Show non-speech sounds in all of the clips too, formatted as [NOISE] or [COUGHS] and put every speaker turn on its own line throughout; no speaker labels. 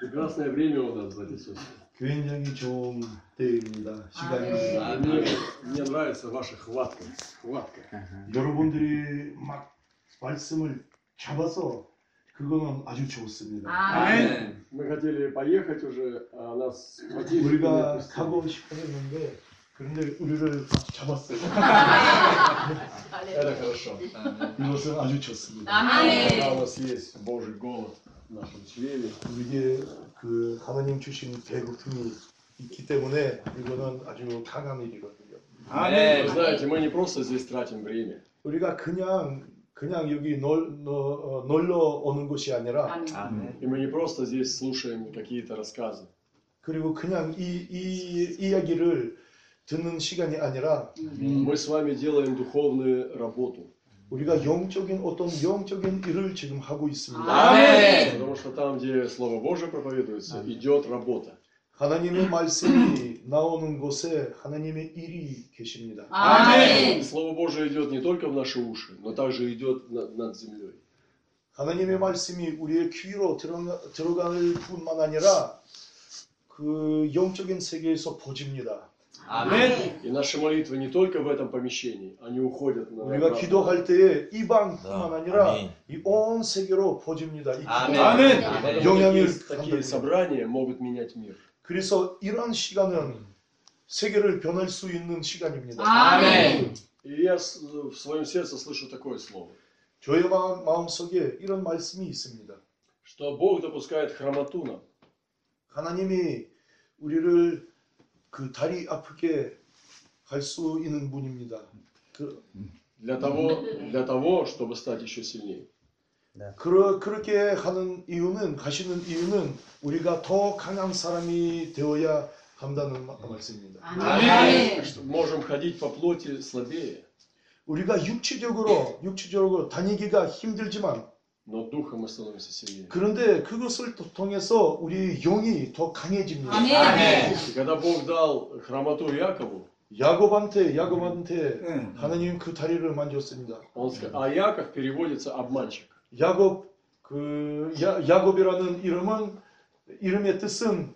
Прекрасное время у нас за Иисусом.
굉장히 좋은 때입니다. 시간입니다.
А мне, мне нравится ваша хватка. Хватка.
여러분들이 막 말씀을 잡아서 그거는 아주 좋습니다.
아멘.
Мы хотели поехать уже, а нас схватили.
우리가 가고 싶었는데 그런데 우리를 딱 잡았어요.
Это хорошо.
이것은 아주 좋습니다.
아멘.
Когда у нас есть Божий голод в нашем члене,
이게 그 하나님 주신 배고픔이 있기 때문에 이거는 아주 강한 일이거든요.
Вы
아멘.
знаете, мы не просто здесь тратим время.
우리가 그냥 그냥 여기 놀, 어, 놀러 오는 것이 아니라
아멘.
И мы не просто здесь слушаем какие-то рассказы.
그리고 그냥 이, 이 이야기를 듣는 시간이 아니라
Мы с вами делаем духовную работу.
우리가 영적인 어떤 영적인 일을 지금 하고 있습니다.
아멘.
Потому что там, где Слово Божие проповедуется, идет работа.
하나님의 말씀이 나오는 곳에 하나님의 일이 계십니다.
아멘.
И Слово Божие идет не только в наши уши, но также идет на- над землей.
하나님의 말씀이 우리의 귀로 들어가, 들어갈 뿐만 아니라 그 영적인 세계에서 퍼집니다.
아멘.
И наши молитвы не только в этом помещении, они уходят на
우리가
обратно.
기도할 때에 이 방뿐만 아니라
아멘.
이 온 세계로 퍼집니다. 이
아멘.
기도가.
아멘.
Потому что
영향을
такие-
한다는
такие собрания могут менять мир.
그래서 이러한 시간은 세계를 변할 수 있는 시간입니다.
아멘.
И я с- в своем сердце слышу такое слово,
저의 마음, 마음속에 이런 말씀이 있습니다.
что Бог допускает хромоту нам,
하나님이 우리를 그 다리 아프게 할 수 있는 분입니다. 그,
для того, для того, чтобы стать еще сильнее.
그러, 그렇게 하는 이유는 하시는 이유는 우리가 더 강한 사람이 되어야 한다는 마- 말씀입니다.
아멘.
Что можем ходить по плоти слабее,
우리가 육체적으로 육체적으로 다니기가 힘들지만
но духом мы становимся сильнее.
그런데 그것을 또 통해서 우리 영이 더 강해집니다.
아멘.
И когда Бог дал хромоту Якову,
야곱한테 야곱한테
응.
하나님 그 다리를 만졌습니다.
он ска- а Яков переводится обманщик.
야곱 그 야, 야곱이라는 이름은 이름의 뜻은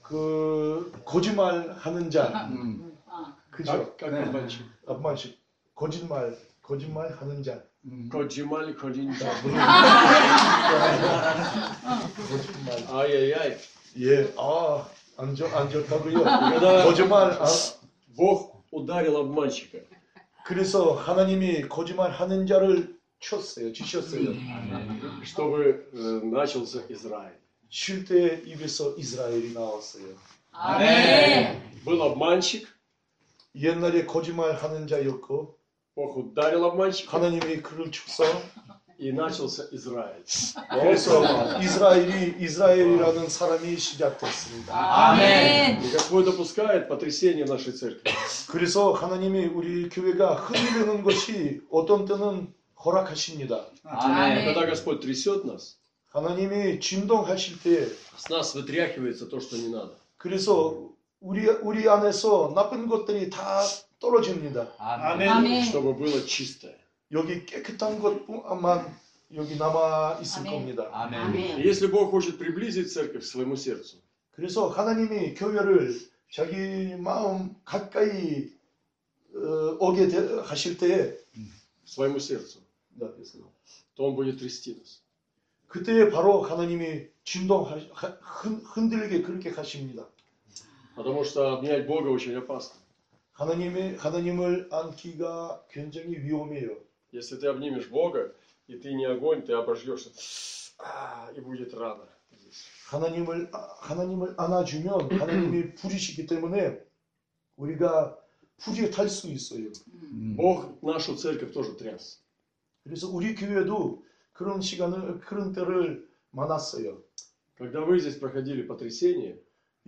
그 거짓말하는 자
음.
그죠
Как, как обманщик?
앞만식 거짓말 거짓말하는 [LAUGHS] 자
Коджималь Коджинджа.
아. 거짓말 예,
Ай-яй-яй.
예아안 안 좋다고요
Когда
거짓말 아,
Бог ударил обманщика,
그래서 하나님이 거짓말하는 자를 쳤어요 치셨어요
чтобы э, начался Израиль.
쉴 때 입에서 이스라엘이 나왔어요
아멘.
Был обманщик,
옛날에 거짓말하는 자였고
Бог ударил обманщика,
하나님이 그를 쳤어
и начался Израиль.
그래서 이스라엘이 이스라엘이라는 사람이 시작됐습니다.
아멘.
И Господь допускает потрясение в нашей церкви.
그래서 하나님이 우리 교회가 흔들리는 것이 어떤 때는 허락하십니다.
아멘.
Когда Господь трясет нас,
하나님이 진동하실 때
с нас вытряхивается то, что не надо.
그래서 우리 우리 안에서 나쁜 것들이 다 떨어집니다.
아멘.
아멘.
Чтобы было чистое.
여기 깨끗한 것만 여기 남아 있을
아멘.
겁니다.
아멘.
И если Бог хочет приблизить церковь к своему сердцу,
그래서 하나님이 교회를 자기 마음 가까이 어, 오게 되- 하실 때에
к своему сердцу, то Он будет трясти нас.
그때 바로 하나님이 진동 흔들리게 그렇게 하십니다.
Потому что обнять Бога очень опасно.
하나님의 하나님을 안기가 굉장히 위험해요.
Если ты обнимешь Бога, и ты не огонь, ты обожжешься. А, и будет рано.
하나님을 아- 하나님을 안아주면 하나님이 불이시기 때문에 우리가 불에 탈 수 있어요.
음.
Бог нашу церковь тоже тряс.
그래서 우리 교회도 그런 시간을 그런 때를 많았어요.
Когда вы здесь проходили потрясение,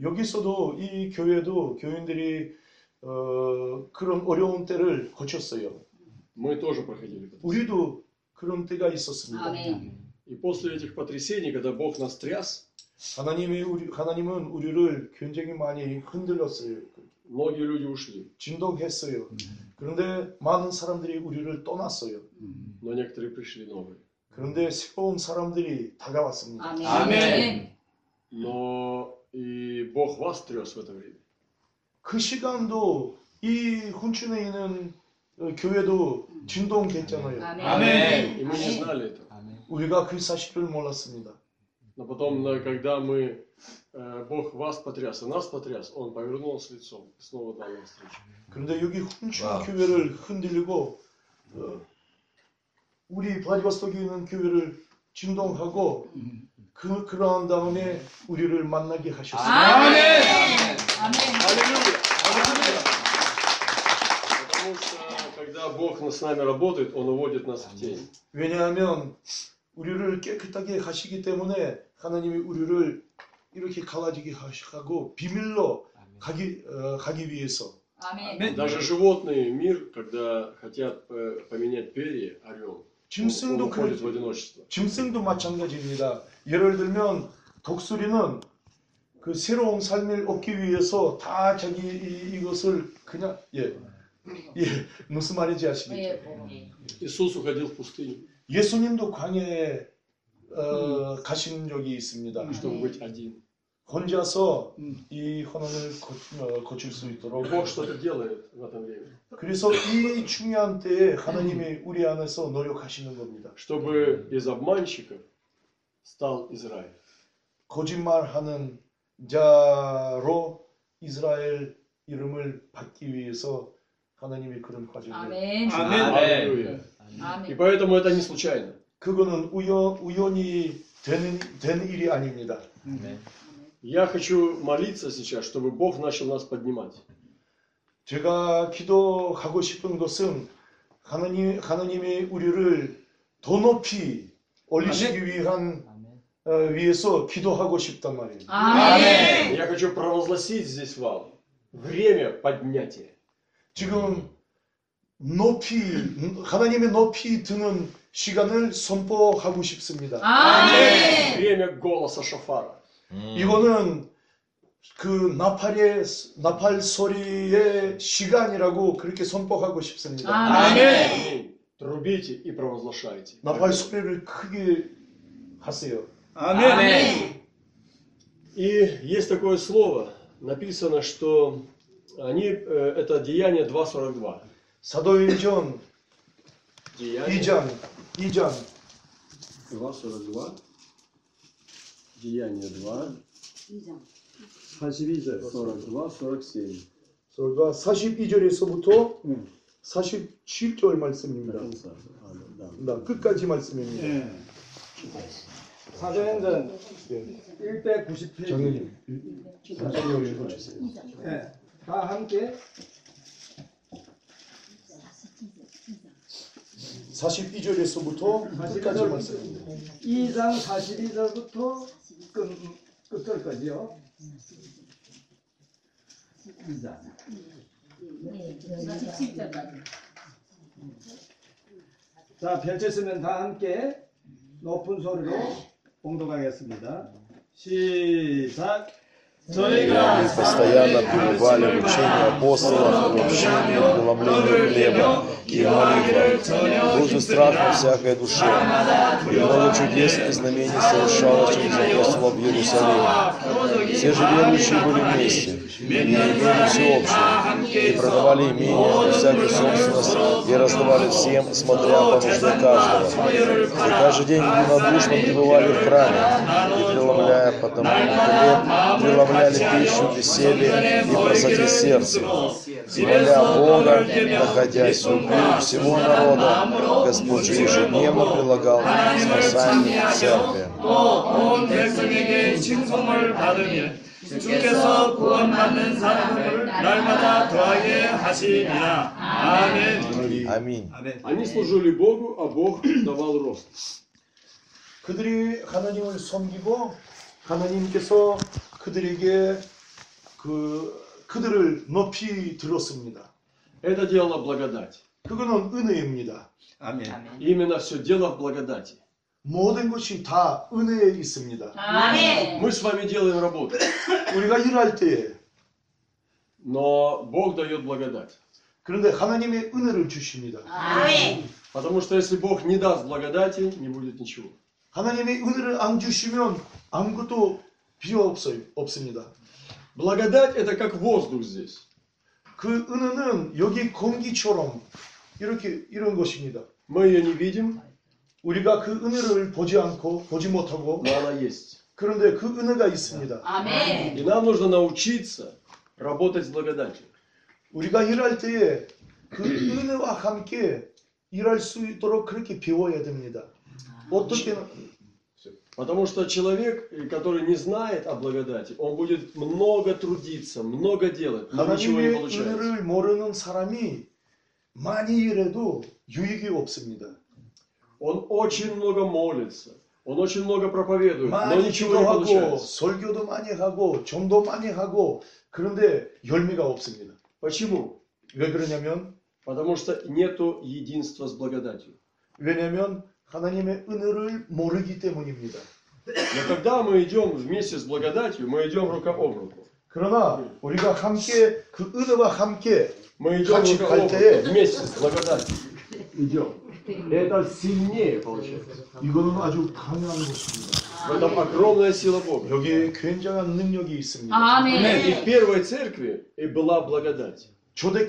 여기서도 이 교회도 교인들이 어, 그런 어려운 때를 거쳤어요.
мы тоже проходили потрясение.
우리도 그런 때가 있었습니다.
И после этих потрясений, когда Бог нас тряс,
하나님이 우리 하나님은 우리를 굉장히 많이 흔들렸어요.
многие люди ушли,
진동했어요. 그런데 많은 사람들이 우리를 떠났어요.
но некоторые пришли новые.
그런데 새로운 사람들이 다가왔습니다.
아멘.
но и Бог вас трес в это время.
그 시간도 이 훈춘에 있는 어, 교회도 진동됐잖아요.
아멘.
И мы не знали этого.
우리가 그 사실을 몰랐습니다.
Но потом, на- когда мы, э, Бог вас потряс и нас потряс, Он повернулся лицом и снова дал нам встречу.
그런데 여기 훈춘
와우.
교회를 흔들리고 어, 우리 바디바스톡에 있는 교회를 진동하고 그 그러한 다음에 우리를 만나게 하셨습니다.
아멘.
Аллилуйя! Аллилуйя! Потому что, когда Бог с нами работает, Он уводит нас в тень.
왜냐하면 우리를 깨끗하게 하시기 때문에 하나님이 우리를 이렇게 갈라지게 하시고 비밀로 가기 어, 가기 위해서
아멘.
Даже животные, мир, когда хотят э, поменять перья, орел, он, он
짐승도
уходит в
그
одиночество.
짐승도 마찬가지입니다. 예를 들면 독수리는 그 새로운 삶을 얻기 위해서 다 자기 이, 이것을 그냥 예. 예, 무슨 말인지 아시겠죠?
예.
Иисус уходил в пустыню,
예수님도 광야에 어, 가신 적이 있습니다.
чтобы быть один.
혼자서
음.
이 혼원을 거, 어, 거칠 수
Но
있도록
Бог что-то делает в это время,
그래서 이 중요한 때에 하나님이 우리 안에서 노력하시는 겁니다.
чтобы из обманщиков стал Израиль.
거짓말하는 자로 이스라엘 이름을 받기 위해서 하나님이 그런 과정을
아멘.
Аллилуйя! И
아멘.
поэтому это не случайно.
그거는 우연 우연히 되는 된 일이 아닙니다.
Я хочу молиться сейчас, чтобы Бог начал нас поднимать.
제가 기도하고 싶은 것은 하나님 하나님이 우리를 더 높이 올리시기 위한 어, 위해서 기도하고 싶단 말이에요.
아멘.
Я хочу провозгласить здесь вам время поднятия.
지금 높이 하나님의 높이 드는 시간을 선포하고 싶습니다.
아멘.
Время голоса шафара.
이거는 그 나팔의 나팔 소리의 시간이라고 그렇게 선포하고 싶습니다.
아멘.
Аминь. Трубите и провозглашайте.
나팔 소리를 크게 하세요.
아멘.
И есть такое слово, написано, что они, э, это Деяние 2.42.
사도행전
Деяние
2장 2장
2.42. Деяние 2.
42, 47.
42절에서부터
음.
47절 말씀입니다.
А,
나 끝까지 말씀입니다.
사도행전 1대 90페이지.
장로님, 장로님 읽어주세요.
예. 다 함께
42절에서부터 끝까지
42절.
말씀입니다.
2장 42절부터 끝, 끝절까지요. 2장.
47절까지.
자, 펼쳤으면 다 함께 높은 소리로 봉독하겠습니다. 시작. 저희가
постоянно пребывали в учении апостолов, в общении, в преломлении хлеба и в молитвах, нужен страхом всякой души. И много чудес и знамений совершалось через апостолов в Иерусалиме. Все же верующие были вместе, и имели все общее, и продавали имение и всякую собственность, и раздавали всем, смотря по нужде каждого. И каждый день единодушно пребывали в храме, и преломляя потому хлеб, преломляли пищу без веселье и красоте сердца. И моля Бога, находясь в углу всего народа, Господь же ежедневно прилагал спасание к церкви.
또온 백성에게 칭송을 받으며 주께서 구원받는 사람을 날마다 더하게 하시니라. 아멘.
Аминь.
Они служили Богу, а Бог [CLEARS THROAT] давал рост.
그들이 하나님을 섬기고 하나님께서 그들에게 그 그들을 높이 들었습니다.
Это делала благодать.
그거는 은혜입니다.
Именно все дело в благодати.
모든 것이 다 은혜에 있습니다.
아멘.
Мы с вами делаем работу,
우리가 일할 때
но Бог дает благодать.
그런데 하나님의 은혜를 주십니다.
아멘.
Потому что если Бог не даст благодати, не будет ничего.
하나님의 은혜를 안 주시면 아무것도 비어 없어, 없습니다.
Благодать – это как воздух здесь.
그 은혜는 여기 공기처럼 이렇게 이런 것입니다.
Мы ее не видим,
우리가 그 은혜를 보지 않고 보지 못하고
но она есть.
그런데 그 은혜가 있습니다.
아멘.
И нам нужно научиться работать с благодатью.
우리가 일할 때에 그 은혜와 함께 일할 수 있도록 그렇게 배워야 됩니다. 어떻게
Потому что человек, э, который не знает о благодати, он будет много трудиться, много делать, но ничего не
하나님의
получается.
은혜를 모르는 사람이 많이 일해도 유익이 없습니다.
Он очень много молится, он очень много проповедует, но
많이
ничего не
기도하고
получается.
설교도 많이 하고 전도 많이 하고 그런데 열매가 없습니다. 어,
Почему?
왜 그러냐면
Потому что нету единства с благодатью.
왜냐면 하나님의 은혜를 모르기 때문입니다.
Но когда мы идем вместе с благодатью, мы идем рука об руку.
그러나 우리가 함께 그 은혜와 함께
Мы идем
Хочу
рука об
кальте.
руку вместе с благодатью.
이죠.
Это сильнее получается.
이거는 아주 강한 것입니다.
В этом огромная сила Бога.
여기에 굉장한 능력이 있습니다.
И в
아멘. 네.
первой церкви и была благодать.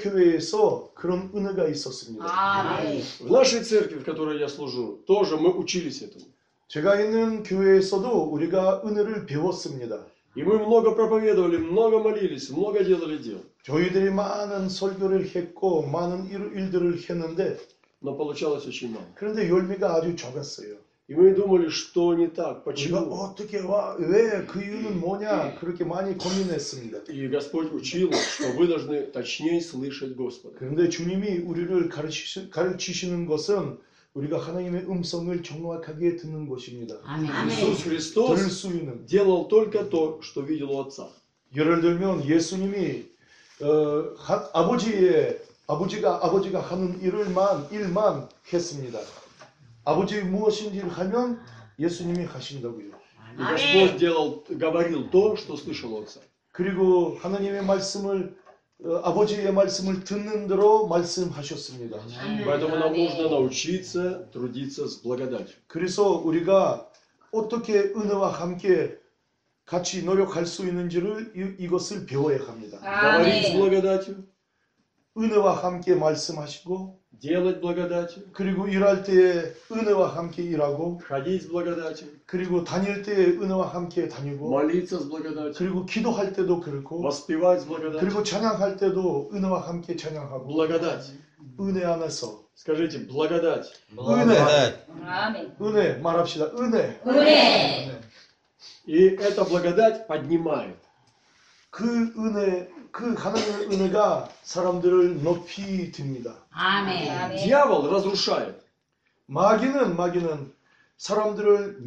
초대교회에서 그런 은혜가 있었습니다.
아멘.
В нашей церкви, в которой я служу, тоже мы учились этому.
제가 있는 교회에서도 우리가 은혜를 배웠습니다.
И мы много проповедовали, много молились, много делали дел.
저희들이 많은 설교를 했고 많은 일- 일들을 했는데
Но получалось очень мало.
그런데 열매가 아주 적었어요.
И мы думали, что не так,
우리가
почему.
어떻게 와 왜 그 이유는 뭐냐 그렇게 많이 고민했습니다.
И Господь учил, нас, что вы должны точнее слышать Господа.
그런데 주님이 우리를 가르치시, 가르치시는 것은 우리가 하나님의 음성을 정확하게 듣는 것입니다.
아멘.
Иисус
들을
Христос
수 있는
делал только то, что видел у Отца.
예를 들면 예수님이 어, 하- 아버지의 아버지가 아버지가 하는 일을만 일만 했습니다. 아버지 무엇인지 를 하면 예수님이 하신다고요.
И Господь делал, говорил то, что слышал у Отца.
그리고 하나님의 말씀을 어, 아버지의 말씀을 듣는 대로 말씀하셨습니다.
Поэтому нам нужно научиться трудиться с благодатью.
그래서 우리가 어떻게 은혜와 함께 같이 노력할 수 있는지를 이, 이것을 배워야 합니다.
Говорить с
아멘.
благодатью,
은혜와 함께 말씀하시고
делать благодатью,
그리고 일할 때에 은혜와 함께 일하고
ходить с благодатью,
그리고 다닐 때에 은혜와 함께 다니고
молиться с благодатью,
그리고 기도할 때도
뭐
그렇고
воспевать с благодатью.
그리고 찬양할 때도 은혜와 함께 찬양하고
Благодать.
은혜 안에서
Скажите, благодать.
은혜
아멘.
은혜 말합시다 은혜
은혜.
И эта благодать поднимает.
그 은혜 그 하나님의 은혜가 사람들을 높이 듭니다.
아멘.
Дьявол разрушает.
마귀는 마귀는 사람들을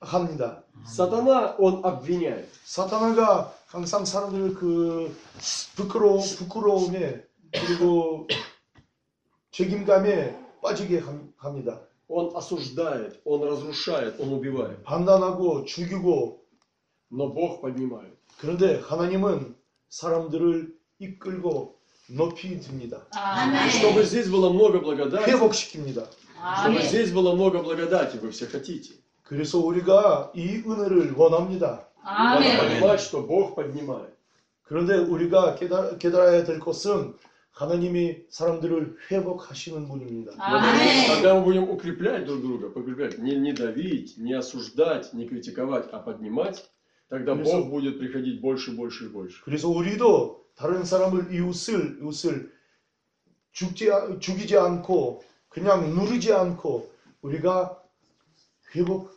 멸망합니다.
Сатана, он обвиняет.
사탄아가 항상 사람들을 그 부끄러 부끄러움에 그리고 [COUGHS] 책임감에 빠지게 함- 합니다.
Он осуждает, он разрушает, он убивает.
판단하고 죽이고
Но Бог поднимает.
그런데 하나님은 사람들을 이끌고 높이 듭니다.
И
아멘.
чтобы здесь было много благодати,
회복시킵니다.
чтобы
아멘.
здесь было много благодати, вы все хотите.
그래서 우리가 이 은혜를 원합니다.
Надо
아멘.
понимать, что Бог поднимает.
그런데 우리가 깨달, 깨달아야 될 것은 하나님이 사람들을 회복하시는 분입니다.
Но
아멘.
Когда мы будем укреплять друг друга, покреплять, не, не давить, не осуждать, не критиковать, а поднимать, тогда
Хорошо.
Бог будет приходить больше, больше и больше.
그래서 우리도 다른 사람을 이웃을 이웃을 죽지 않- 죽이지 않고 그냥 누르지 않고 우리가 회복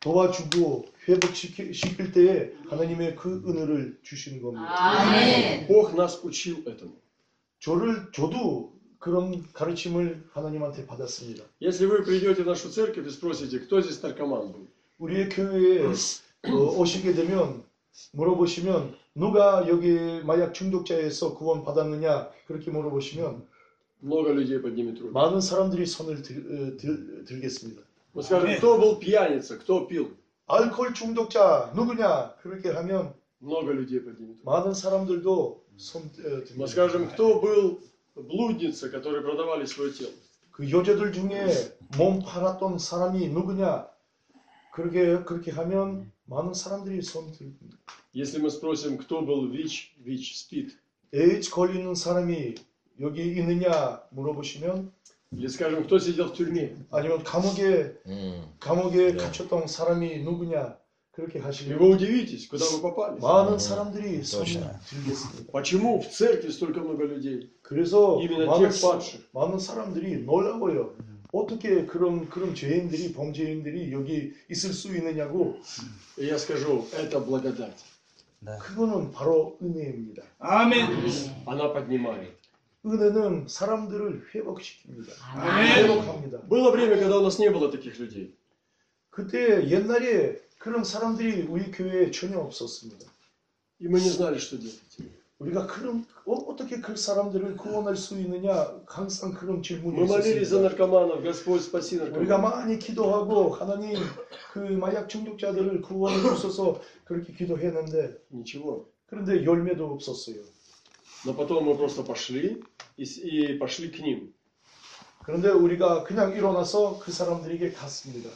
도와주고 회복시킬 시킬 때에 하나님의 그 은혜를 주시는 겁니다.
아멘.
Бог нас учил этому.
저를 저도 그런 가르침을 하나님한테 받았습니다.
Если вы придете в нашу церковь и спросите, кто здесь наркоман был,
우리의 교회에 어, 오시게 되면 물어보시면 누가 여기 마약 중독자에서 구원 받았느냐 그렇게 물어보시면
много людей поднимет руку.
많은 사람들이 손을 들, 어, 들, 들겠습니다.
Мы скажем, кто был пьяница, кто пил,
알코올 중독자 누구냐 그렇게 하면
много людей поднимет руку.
많은 사람들도 손 어,
Мы
듭니다.
скажем, кто был блудница, которые продавали свое тело.
그 여자들 중에 몸 팔았던 사람이 누구냐 그렇게 그렇게 하면 많은 사람들이 손 들고 있는
Если мы спросим, кто был ВИЧ, ВИЧ, СПИД,
에이즈 걸리는 사람이 여기 있느냐 물어보시면
или скажем, кто сидел в тюрьме,
아니면 감옥에
음.
감옥에
네.
갇혔던 사람이 누구냐 그렇게
и вы
하시면
удивитесь, куда вы попали.
많은
음,
사람들이 손을
точно.
들겠습니다.
Почему в церкви столько много людей?
그래서
Именно
많은
тех падших.
많은 사람들이 놀라워요. 어떻게 그런 그런 죄인들이 범죄인들이 여기 있을 수 있느냐고
И я скажу, это благодать.
그거는 바로 은혜입니다.
아멘.
Она поднимает.
은혜는 사람들을 회복시킵니다.
아멘.
회복합니다.
Было время, когда у нас не было таких людей.
그때 옛날에 그런 사람들이 우리 교회에 전혀 없었습니다.
И мы не знали, что делать.
우리가 그런 어, 어떻게 그 사람들을 구원할 수 있느냐 항상 그런 질문이
Мы молились за
있었습니다.
наркоманов, Господь спаси наркоманов.
우리가 많이 기도하고 하나님 그 마약 중독자들을 구원해 주셔서 그렇게 기도했는데
Ничего.
그런데 열매도 없었어요.
Но потом мы просто пошли и, с- и пошли к ним.
그런데 우리가 그냥 일어나서 그 사람들에게 갔습니다.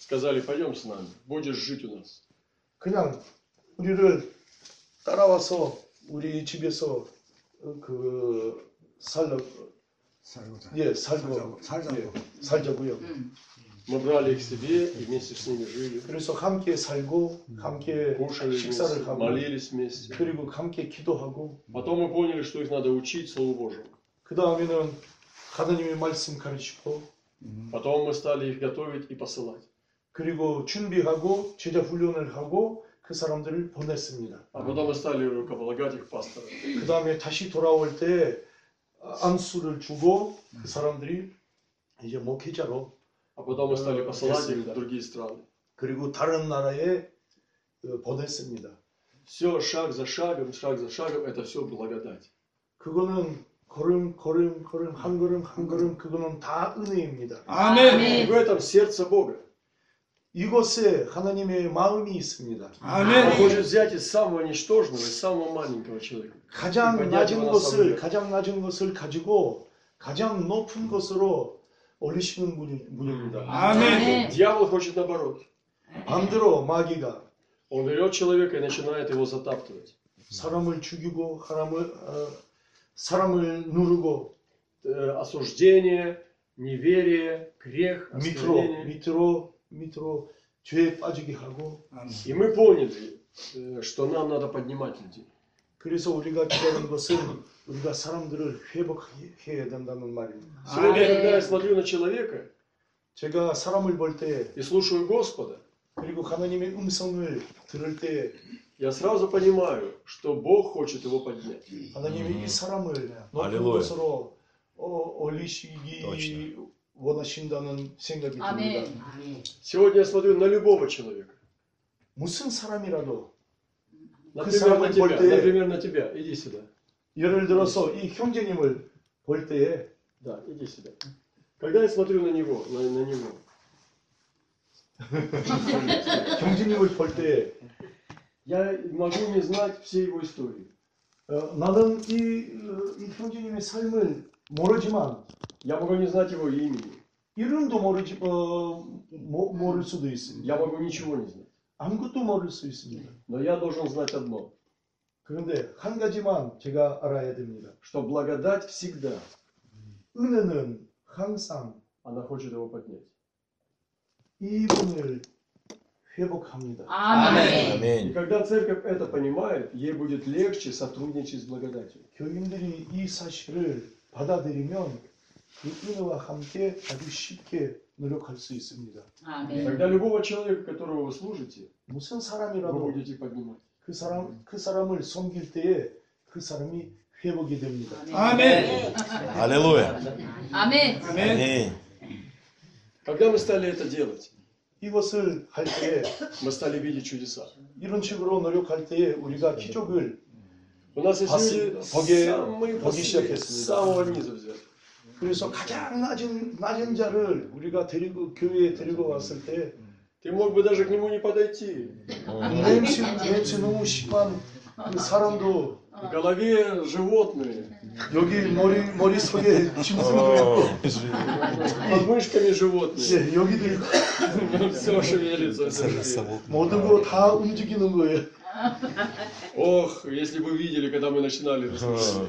Сказали, пойдем с нами, будешь жить у нас.
그냥 우리를 따라와서 우리 집에서 어, 그 살라
살고자.
예 살고
살자고. 살자고.
예, 살자고요.
Мы брали их себе и вместе с ними жили.
그래서 함께 살고 함께
음.
Кушали
식사를
вместе,
하고
молились вместе.
그리고 함께 기도하고
Потом мы поняли, что их надо учить Слову Божьему.
그 다음에는 하나님의 말씀 가르치고
Потом мы стали их готовить и посылать.
그리고 준비하고 제자 훈련을 하고 그 사람들을 보냈습니다.
А потом мы стали рукополагать их пастором.
그 다음에 다시 돌아올 때 안수를 주고 그 사람들이 이제 목회자로
А потом мы стали
Э,
посылать их
спасибо.
в другие страны.
그리고 다른 나라에 어, 보냈습니다.
Все шаг за шагом, шаг за шагом, это все благодать.
그거는 걸음 걸음 걸음 한 걸음 한 걸음 그거는 다 은혜입니다.
아멘.
И в этом сердце Бога.
이곳에 하나님의 마음이 있습니다.
Он
아멘.
хочет взять из самого ничтожного, из самого маленького человека.
가장
이거
낮은
하나님은
것을
하나님은
가장 낮은 것을 가지고 가장 높은 것으로 올리시는 분이, 분입니다.
아멘.
Дьявол хочет наоборот.
반대로 마귀가
Он берет человека и начинает его затаптывать.
사람을 죽이고 사람을 어, 사람을 누르고
Э, Осуждение, неверие, грех,
밑으로
оскорбление.
밑으로 밑으로 죄에 빠지게 하고
И мы поняли, э, что нам надо поднимать людей.
그래서 우리가 기도하는 것은 우리가 사람들을 회복해야 된다는 말입니다.
Сегодня,
아멘.
когда я смотрю на человека
제가 사람을 볼 때
и слушаю Господа,
그리고 하나님의 음성을 들을 때
я сразу понимаю, что Бог хочет его поднять.
하나님이
음.
이 사람을 높은
할렐루야.
곳으로 어, 올리시기
Точно.
원하신다는 생각이 듭니다.
아멘.
Сегодня я смотрю на любого человека.
무슨 사람이라도
Например, на
самый
тебя.
больной.
Например, на тебя. Иди сюда.
예를 들어서
네.
이 형제님을 볼 때에
Да, иди сюда. Когда я смотрю на него, на, на него,
형제님을 볼 때에
я могу не знать все его истории.
어, 나는 이, 어, 이 형제님의 삶을 모르지만
Я могу не знать его имени.
이름도 모르지 어, 모, 모를 수도 있습니다.
Я могу ничего не знать.
아무것도 모를 수 있습니다.
Но я должен знать одно,
그런데 한 가지만 제가 알아야 됩니다.
что благодать всегда,
은혜는 항상
она хочет его поднять.
이분을 회복합니다.
아멘.
И
아멘.
когда церковь это понимает, ей будет легче сотрудничать с благодатью.
교인들이 이 사실을 받아들이면 그 은혜와 함께 아주 쉽게 노력할 수 있습니다.
아멘.
Тогда любого человека, которого вы служите,
무슨
вы
사람이라도
будете поднимать.
그 사람 그 사람을 섬길 때에 그 사람이 회복이 됩니다.
아멘.
할렐루야.
아멘.
아멘.
아멘.
Когда мы стали это делать,
이것을 할 때에
мы стали видеть чудеса.
이런 식으로 노력할 때에 우리가 기적을
У нас есть
Пос-
люди
боги-
самые
боги
последние,
всякие
с
сидят.
самого низа взяты.
그래서 가장 낮은 낮은 자를 우리가 데리고 교회에 데리고 왔을 때
Ты мог бы даже к нему не подойти.
냄새 냄새 너무 심한 그 사람도
В голове животные,
여기 머리 머리 속에 짐승도
어.
있고
Подмышками животные.
예, 여기도 있고
Все шевелится. это шевелится.
모든 거 다 움직이는 거예요.
Ох, если бы вы видели, когда мы начинали это слушать.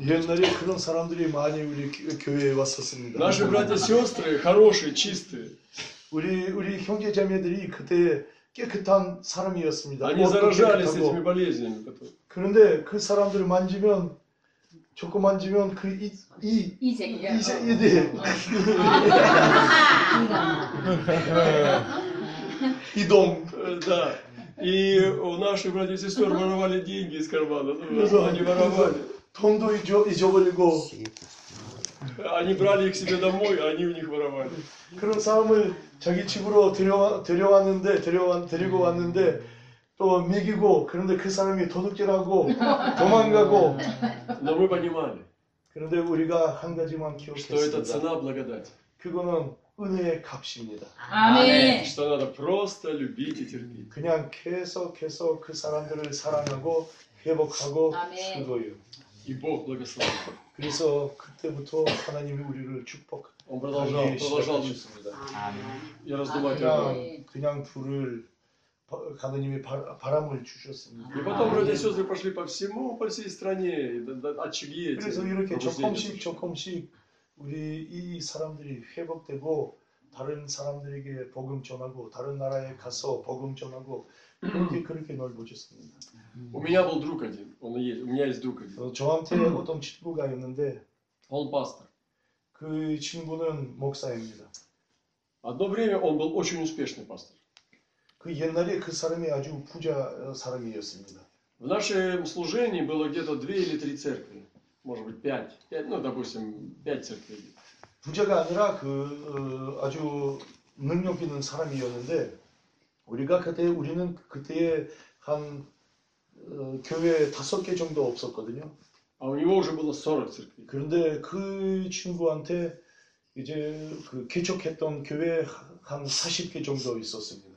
옛날에 그런 사람들이 많이 우리 교- 교회에 왔었습니다.
Наши братья и сестры хорошие, чистые.
우리 우리 형제 자매들이 그때 깨끗한 사람이었습니다.
Они
옷도
заражались
깨끗하고.
этими болезнями. которые-
그런데 그 사람들을 만지면 조금 만지면 그이이 이,
이제
이제 네. 이들 [LAUGHS] 이동
Э, Да. И у наших братьев и сестер воровали деньги из кармана. Ну,
그래서
Они воровали.
돈도 잊어, 잊어버리고
Они брали их себе домой, а они у них воровали.
그런 사람을 자기 집으로 데려 데려왔는데 데려 데리고 왔는데 또 먹이고 그런데 그 사람이 도둑질하고 도망가고
Но мы понимали,
그런데 우리가 한 가지만
что это
기억했습니다.
цена благодати.
그거는 은혜의 값입니다.
아멘.
Что надо просто любить и терпеть.
그냥 계속해서 그 사람들을 사랑하고 회복하고
아멘.
그거예요.
И Бог благословил.
그래서 그때부터 하나님이 우리를 축복.
Он продолжал, продолжал и раздувать огонь.
그냥 그냥 둘을 바- 하나님이 바- 바람을 주셨습니다.
И потом братья и сестры пошли по всему, по всей стране, и да- да- очаги эти.
그래서 이렇게
пробуждения.
조금씩 조금씩 우리 이 사람들이 회복되고 다른 사람들에게 복음 전하고 다른 나라에 가서 복음 전하고 그렇게 그렇게 넓어졌습니다.
У меня был друг один, он и есть, у меня есть друг один,
어,
[CLEARS THROAT]
저한테 어떤 친구가 있는데
он пастор.
그 친구는 목사입니다.
Одно время он был очень успешный пастор.
그 옛날에 그 사람이 아주 부자 어, 사람이었습니다.
В нашем служении было где-то две или три церкви, может быть пять, Пять, ну допустим пять церквей.
부자가 아니라 그 어, 아주 능력 있는 사람이었는데 우리가 그때 우리는 그때에 한 어, 교회 다섯 개 정도 없었거든요.
А у него уже было 40 церквей.
그런데 그 친구한테 이제 그 개척했던 교회 한 40개 정도 있었습니다.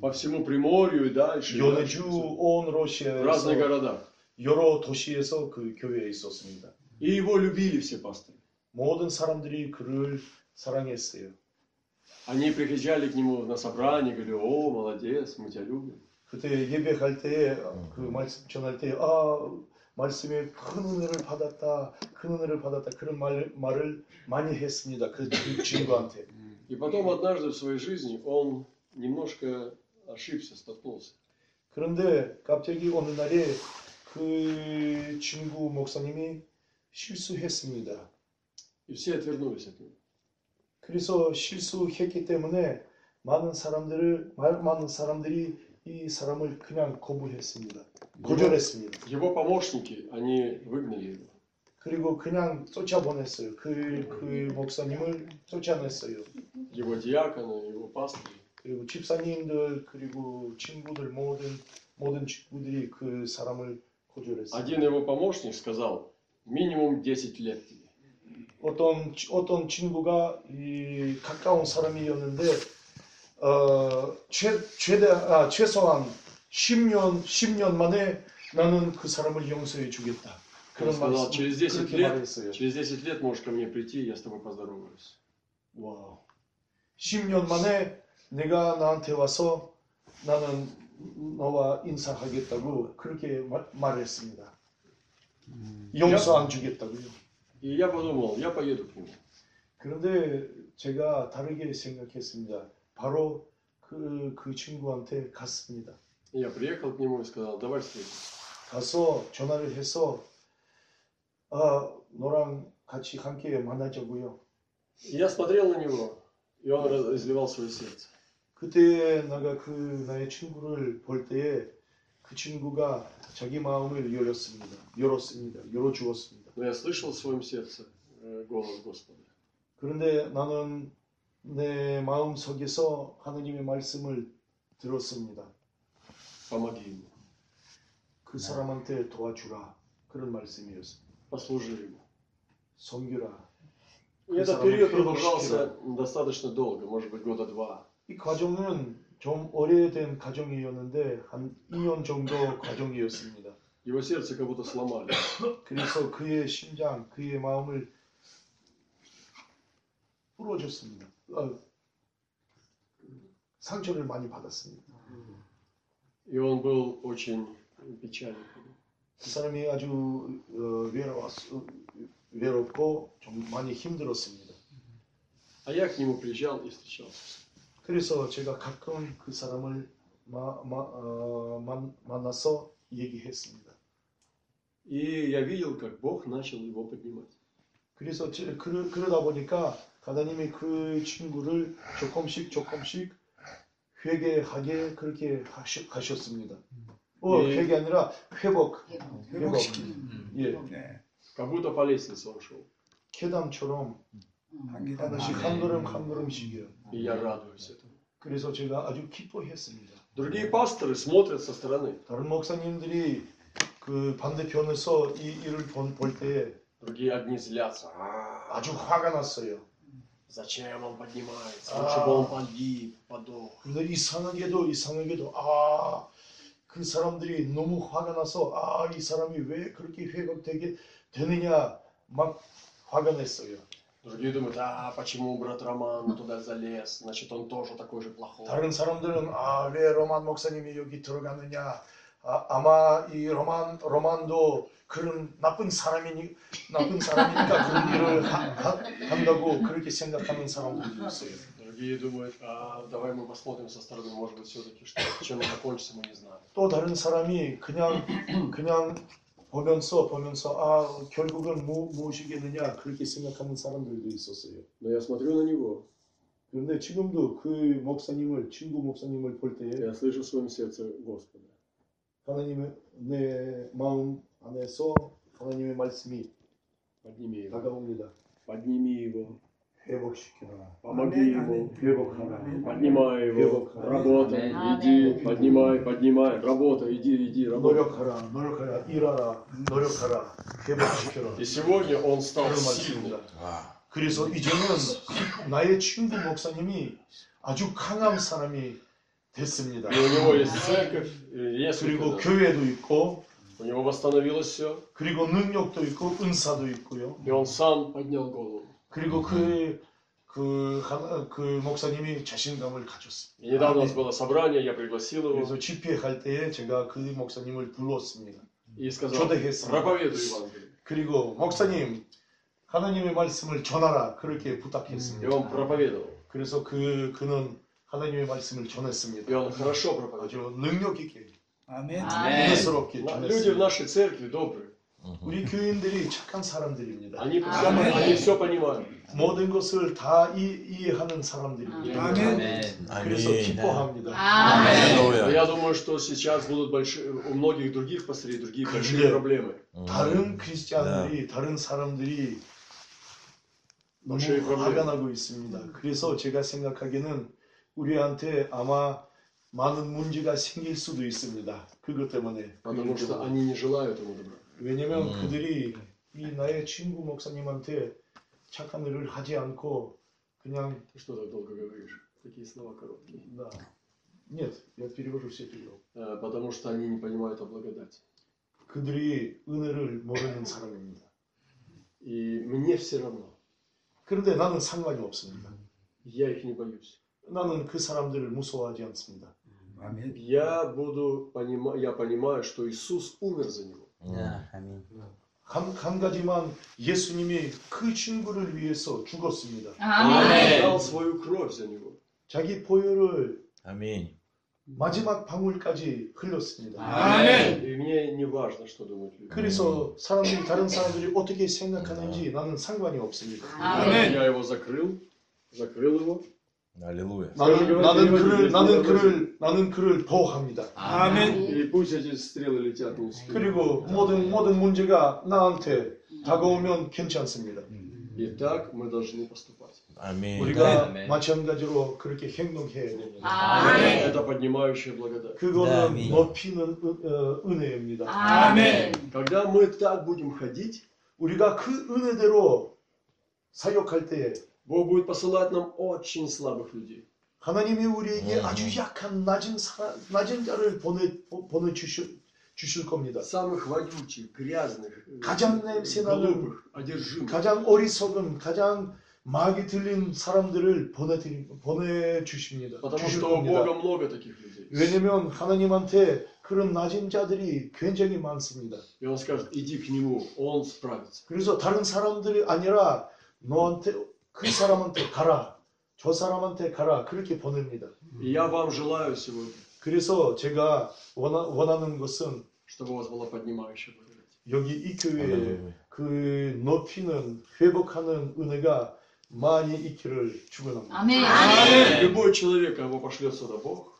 По всему Приморью и дальше. и дальше.
연해주, 온
В разных
러시아에서
городах.
여러 도시에서 그 교회에 있었습니다.
И его любили все пасторы.
모든 사람들이 그를 사랑했어요.
Они приезжали к нему на собрание, говорили, о, молодец, мы тебя любим.
그때 예배할 때에 그 말씀 전할 때에 아 말씀에 큰 은혜를 받았다, 큰 은혜를 받았다 그런 말, 말을 많이 했습니다. 그 친- 친구한테.
И потом однажды в своей жизни он немножко ошибся, столкнулся.
그런데 갑자기 어느 날에 그 친구 목사님이 실수했습니다.
И все отвернулись от него.
그래서 실수했기 때문에 많은 사람들을 마- 많은 사람들이 이 사람을 그냥 거부했습니다. 거절했습니다.
Его помощники, они выгнали его.
그리고 그냥 쫓아보냈어요. 그, 그 목사님을 쫓아냈어요.
Его диакона, его пастырь.
그리고 집사님들 그리고 친구들 모든 모든 친구들이 그 사람을 거절했어요.
Один его помощник сказал, минимум 10 лет тебе.
어떤 치- 어떤 친구가 이 가까운 사람이었는데 어, 최 최대 아, 최소한 10년 10년 만에 나는 그 사람을 용서해 주겠다.
Он
그런
сказал,
말씀
через 10
그렇게
лет,
말했어요.
через 10 лет можешь ко мне прийти, я с тобой поздороваюсь.
와, 10년 만에 내가 나한테 와서 나는 너와 인사하겠다고 그렇게 말, 말했습니다. 용서 안 주겠다고요.
И я подумал, я поеду к нему.
그런데 제가 다르게 생각했습니다. 바로 그, 그 친구한테 갔습니다.
И я приехал к нему и сказал, давай встретимся.
가서 전화를 해서 아, 너랑 같이 함께 만나자고요.
И я смотрел на него, и он раз- изливал свое сердце.
그때 내가 그 나의 친구를 볼 때에 그 친구가 자기 마음을 열었습니다. 열었습니다. 열어주었습니다.
Но я слышал в своем сердце э, голос Господа.
그런데 나는 내 마음 속에서 하나님의 말씀을 들었습니다.
Помоги ему,
그 사람한테 도와주라 그런 말씀이었습니다.
послужи ему.
섬기라.
И этот период продолжался достаточно долго, может быть, года два.
이 과정은 좀 오래된 과정이었는데 한 2년 정도 과정이었습니다.
Его сердце как будто сломали.
그래서 그의 심장, 그의 마음을 부러졌습니다. 어, 상처를 많이 받았습니다.
И он был очень печален.
그 사람이 아주 어, 외로웠, 어, 외롭고 좀 많이 힘들었습니다.
А я к нему приезжал и встречался.
그래서 제가 가끔 그 사람을 마, 마, 어, 만, 만나서 얘기했습니다.
И я видел, как Бог начал его поднимать.
그래서 제- 그러, 그러다 보니까 가다님이 그 친구를 조금씩 조금씩 회개하게 그렇게 하시, 하셨습니다. 어,
예.
회개 아니라 회복, 회복.
회복시키는
음.
예,
네.
Как будто по лестнице он шел.
계담처럼
한 계단
아,
하나씩
네.
하나.
한 걸음 한 걸음씩이요.
И я радуюсь этому.
그래서 제가 아주 기뻐했습니다.
Другие пасторы смотрят со стороны.
다른 목사님들이 그 반대편에서 이 일을 본- 볼 때에
Другие одни злятся. А,
아주 화가 났어요.
зачем он поднимается? Лучше бы он погиб, подох.
근데 이상하게도 이상하게도 아, 그 사람들이 너무 화가 나서 아, 이 사람이 왜 그렇게 회복되게 되느냐 막 화가 냈어요.
Другие думают, а почему брат Роман туда залез? Значит, он тоже такой же плохой.
다른 사람들은 아, 왜 로만 목사님이 여기 들어가느냐 아, 아마 이 로만 로만도 그런 나쁜 사람이니 나쁜 사람이니까 그런 일을 하- 하- 한다고 그렇게 생각하는 사람들도 있어요.
Другие думают, а давай мы посмотрим со стороны, может быть, все-таки что, чем это кончится, мы не знаем.
또 다른 사람이 그냥 그냥 보면서 보면서 아 결국은 무, 무엇이겠느냐 그렇게 생각하는 사람들도 있었어요.
Но я смотрю на него,
그런데 지금도 그 목사님을 친구 목사님을 볼 때에
я слышу в своем сердце Господа.
하나님의 내 마음 안에서 하나님의 말씀이
Подними его,
다가옵니다.
подними его,
회복시켜라.
помоги
Аминь,
ему,
회복하라.
поднимай его,
Аминь.
работай,
Аминь.
иди, поднимай, поднимай, работай, иди, иди, работай.
노력하라. 노력하라. 일하라. 노력하라. 회복시켜라.
И сегодня он стал
그런
сильным.
말씀입니다. 그래서 이제는 나의 친구 목사님이 아주 강한 사람이 됐습니다.
И у него есть церковь, и есть
그리고
это.
교회도 있고,
у него восстановилось все,
그리고 능력도 있고, 은사도 있고요.
и он сам поднял голову.
그리고 그, 그, 하나- 그 목사님이 자신감을 가졌습니다.
И недавно у нас было собрание, я пригласил его
그래서 집회할 때에 제가 그 목사님을 불렀습니다.
и сказал,
초대했습니다.
проповедуй Евангелие.
그리고 목사님, 하나님의 말씀을 전하라. 그렇게
И
부탁했습니다.
он проповедовал.
그래서 그, 그는 하나님의 말씀을
И
전했습니다.
он хорошо
아주
проповедовал.
능력 있게,
아멘.
믿음스럽게
Люди в
전했습니다.
нашей церкви добрые.
우리 교인들이 착한 사람들입니다.
Они,
Аминь.
все понимают.
모든 것을 다 이, 이해하는 사람들입니다.
아멘.
그래서
Аминь.
기뻐합니다.
아멘.
Но
Аллилуйя.
я думаю, что сейчас будут большие, у многих других пастырей другие
Где?
большие проблемы.
음. 네.
다른 크리스티안들이 다른 사람들이 너무
혹시 그러면-
화가 나고 있습니다. 그래서 제가 생각하기에는 우리한테 아마 많은 문제가 생길 수도 있습니다. 그것 때문에
Потому что они не желают ему добра.
왜냐면
음.
그들이 이 나의 친구 목사님한테 착한 일을 하지 않고 그냥
Ты что так долго говоришь? Такие слова короткие.
나 "네, нет, я перевожу все это.
Э, Потому что они не понимают о благодати.
그들이 은혜를 모르는 사람입니다.
И мне все равно.
그런데 나는 상관이 없습니다.
Я их не боюсь.
나는 그 사람들을 무서워하지 않습니다.
아멘.
Я буду понима... я понимаю, что Иисус умер за него.
한, 한 가지만 예수님이 그 친구를 위해서 죽었습니다.
아멘.
Он дал свою кровь за него.
자기 포효를
Аминь.
마지막 방울까지 흘렸습니다.
아멘.
И мне не важно, что думают люди.
그래서 사람들이 다른 사람들이 어떻게 생각하는지 나는 상관이 없습니다.
아멘.
Я его закрыл, закрыл его.
Аллилуйя.
나는, 나는 그를 나는 그를 나는 그를 보호합니다.
И пусть эти стрелы летят не
그리고 모든 모든 문제가 나한테 다가오면 괜찮습니다.
И так мы должны поступать.
Аминь.
우리가 마찬가지로 그렇게 행동해야 됩니다.
아멘.
Это поднимающая благодать.
그거는
네,
높이는 은- 어, 은혜입니다.
아멘.
Когда мы так будем ходить,
우리가 그 은혜대로 사역할 때에
Бог будет посылать нам очень слабых людей.
하나님이 우리에게
음.
아주 약한 낮은 사람, 낮은 자를 보내 보내 주시 주실 겁니다.
самых вонючих, грязных, э,
가장 냄새 나는
глупых, одержимых.
가장 어리석은 가장 마귀 들린 사람들을 보내드리, 보내주십니다.
Потому
주실
что у
겁니다.
Бога много таких людей.
왜냐면 하나님한테 그런 낮은 자들이 굉장히 많습니다.
И он скажет, иди к нему, он справится.
그래서 다른 사람들이 아니라 너한테 그 사람한테 가라. 저 사람한테 가라. 그렇게 보냅니다.
И я вам желаю сегодня,
그래서 제가 원하, 는 것은
чтобы у вас была поднимающая благодать.
여기 이
아,
교회에
네.
그 높이는 회복하는 은혜가 많이 있기를 축원합니다.
아멘.
Любой человек, кого пошлет сюда Бог,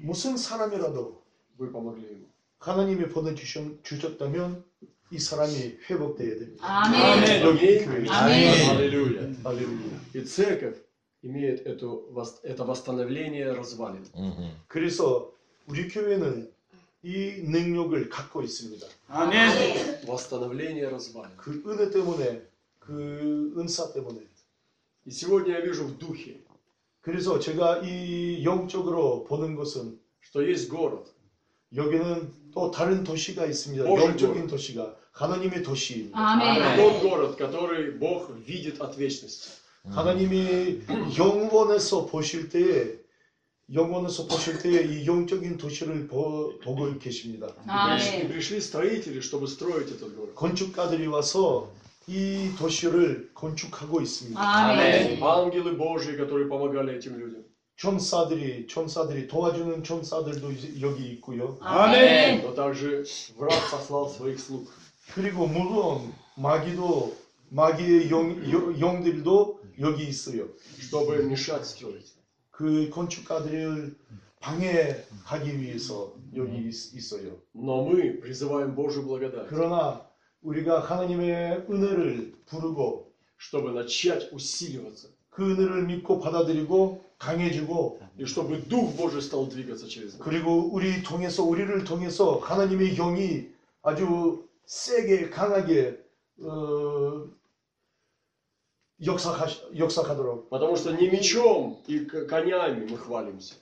무슨 사람이라도
вы помогли ему.
하나님이 보내주셨다면 이 사람이 회복돼야 됩니다.
아멘.
Аминь.
Аминь.
Аллилуйя.
할렐루야.
И церковь имеет эту, вос- это восстановление развалин.
Мгм.
그래서 우리 교회는 이 능력을 갖고 있습니다.
아멘.
Восстановление развалин.
그 은혜 때문에 그 은사 때문에
И сегодня я вижу в духе,
그래서 제가 이 영적으로 보는 것은
что есть город,
여기는 또 다른 도시가 있습니다.
어이구.
영적인 도시가 하나님의 도시입니다.
아멘.
тот город, который Бог видит от вечности.
하나님이 영원에서 보실 때에 영원에서 보실 때에 이 영적인 도시를 보, 보고 계십니다.
И
아멘.
пришли строители, чтобы строить этот город.
건축가들이 와서 이 도시를 건축하고 있습니다.
아멘. 네.
Ангелы Божьи, которые помогали этим людям.
천사들이 천사들이 도와주는 천사들도 이제 여기 있고요.
아멘.
Но также враг послал своих слуг.
그리고 물론 마귀도 마귀의 영, 영- 영들도 여기 있어요.
чтобы мешать строить.
그 건축가들을 방해하기 위해서 여기 있, 있어요.
Но мы призываем Божью благодать,
그러나 우리가 하나님의 은혜를 부르고
чтобы начать усиливаться,
그 은혜를 믿고 받아들이고 강해지고
и чтобы Дух Божий стал двигаться через нас.
그리고 우리 통해서 우리를 통해서 하나님의 영이 아주 세게 강하게 어, 역사하, 역사하도록
Потому что не мечом и к- конями мы хвалимся,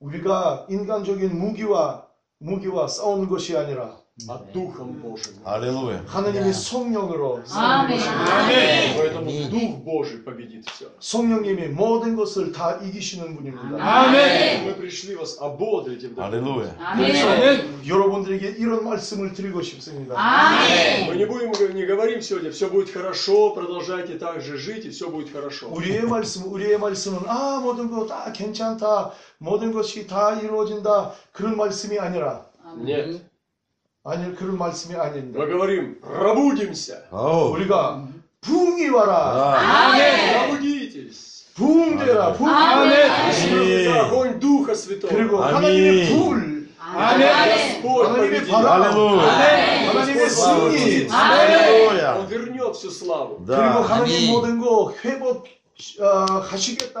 우리가 인간적인 무기와 무기와 싸우는 것이 아니라
а Духом Божьим.
Аллилуйя.
하나님의 성령으로 싸우는
아멘.
것입니다.
아멘.
Поэтому Дух Божий победит все.
성령님이 모든 것을 다 이기시는 분입니다.
아멘.
Мы пришли вас ободрить и вдохновить.
Аллилуйя.
아멘.
여러분들에게 이런 말씀을 드리고 싶습니다.
아멘.
Мы не будем г- не говорим сегодня, все будет хорошо, продолжайте так же жить, и все будет хорошо.
우리의 말씀, 우리의 말씀은 아 모든 거 다 괜찮다, 모든 것이 다 이루어진다 그런 말씀이 아니라
Нет.
아니 그런 말씀이 아닙니다.
Мы говорим, пробудимся,
Ау.
우리가 부흥이 와라,
Да.
пробудитесь.
아.
부흥되라, 부흥.
아멘.
Это огонь Духа Святого.
그리고
아멘.
하나님의 불,
아멘.
Господь
하나님의
победит.
바람,
Аллилуйя.
하나님의
Слава
승리,
Господу. Он
Аллилуйя.
вернет всю славу.
그리고
Да.
하나님
아멘.
모든 거 회복하시겠다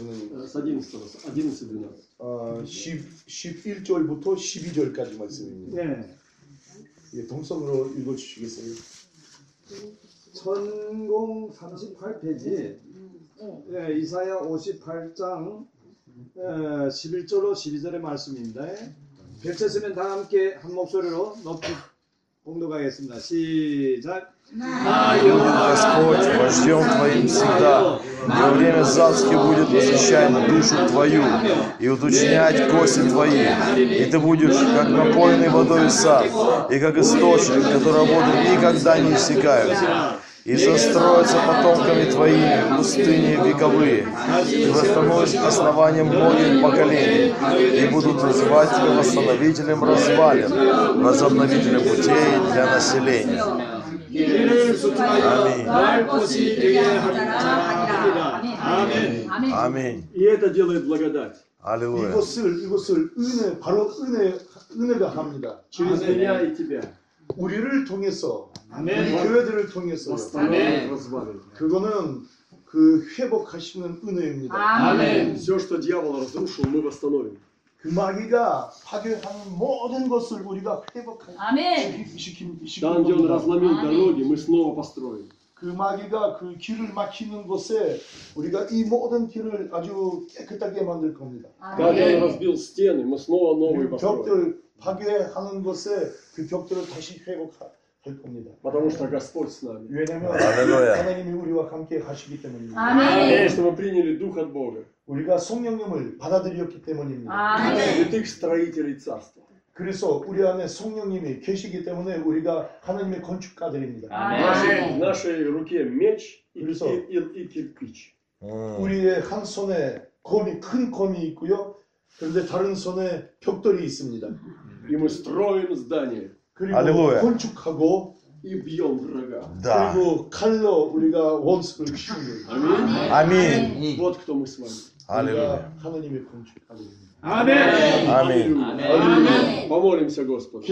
Э, С 11, с 11 12.
어, 10, 11절부터 12절까지 말씀입니다.
네.
예, 동성으로 읽어주시겠어요?
1038페이지 예, 이사야 58장 11절로 12절의 말씀입니다. 백세스면 다 함께 한 목소리로 높이 공동하겠습니다. 시작.
Господь, пождем Твоим всегда. Во время засухи будет восхищать душу Твою и уточнять кости Твои. И ты будешь, как напоенный водой сад, и как источник, которого воды никогда не иссякают. И застроятся потомками Твоими пустыни вековые. Ты восстановишь основанием многих поколений, и будут называть Тебя восстановителем развалин, возобновителем путей для населения.
이를
아멘.
수축하여 날 것이 되게 하리라.
아멘. 아멘.
Аминь.
И это делает благодать.
Аллилуйя.
이것을 이것을 은혜 바로 은혜 은혜가 합니다.
через меня и тебя.
우리를 통해서 우리
Аминь.
교회들을 통해서
Восстановит, разбавит.
그거는 그 회복하시는 은혜입니다.
아멘.
Все, что дьявол разрушил, мы восстановим.
그 마귀가 파괴하는 모든 것을 우리가 회복하시는
아멘.
Там, где он
시킵니다.
разломил
Аминь.
дороги, мы снова построим.
그 마귀가 그 길을 막히는 곳에 우리가 이 모든 길을 아주 깨끗하게 만들 겁니다.
Как он
아멘.
разбил стены, мы снова новые
그
построим.
벽들 파괴하는 곳에 그 벽들을 다시 회복할 겁니다.
Потому что Господь с нами.
왜냐하면
할렐루야.
하나님이 우리와 함께 하시기 때문입니다.
아멘.
Аминь, что мы приняли Дух от Бога.
우리가 성령님을 받아들였기 때문입니다.
아멘.
Святых строителей Царства.
그래서 우리 안에 성령님이 계시기 때문에 우리가 하나님의
아,
건축가들입니다.
В нашей- в нашей руке меч и,
Колесо.
и- и- и кирпич.
음.
우리의 한 손에 검이 큰 검이 있고요. 그런데 다른 손에 벽돌이 있습니다.
И мы строим здание
그리고
할렐루야.
건축하고
и бьем врага.
Да.
그리고 칼로 우리가 원수를 치는 거예요.
Аминь.
Аминь.
Вот кто мы с вами.
Аллилуйя.
우리가 하나님의 건축가들입니다.
Аминь.
Аминь.
Аллилуйя. Помолимся, Господу.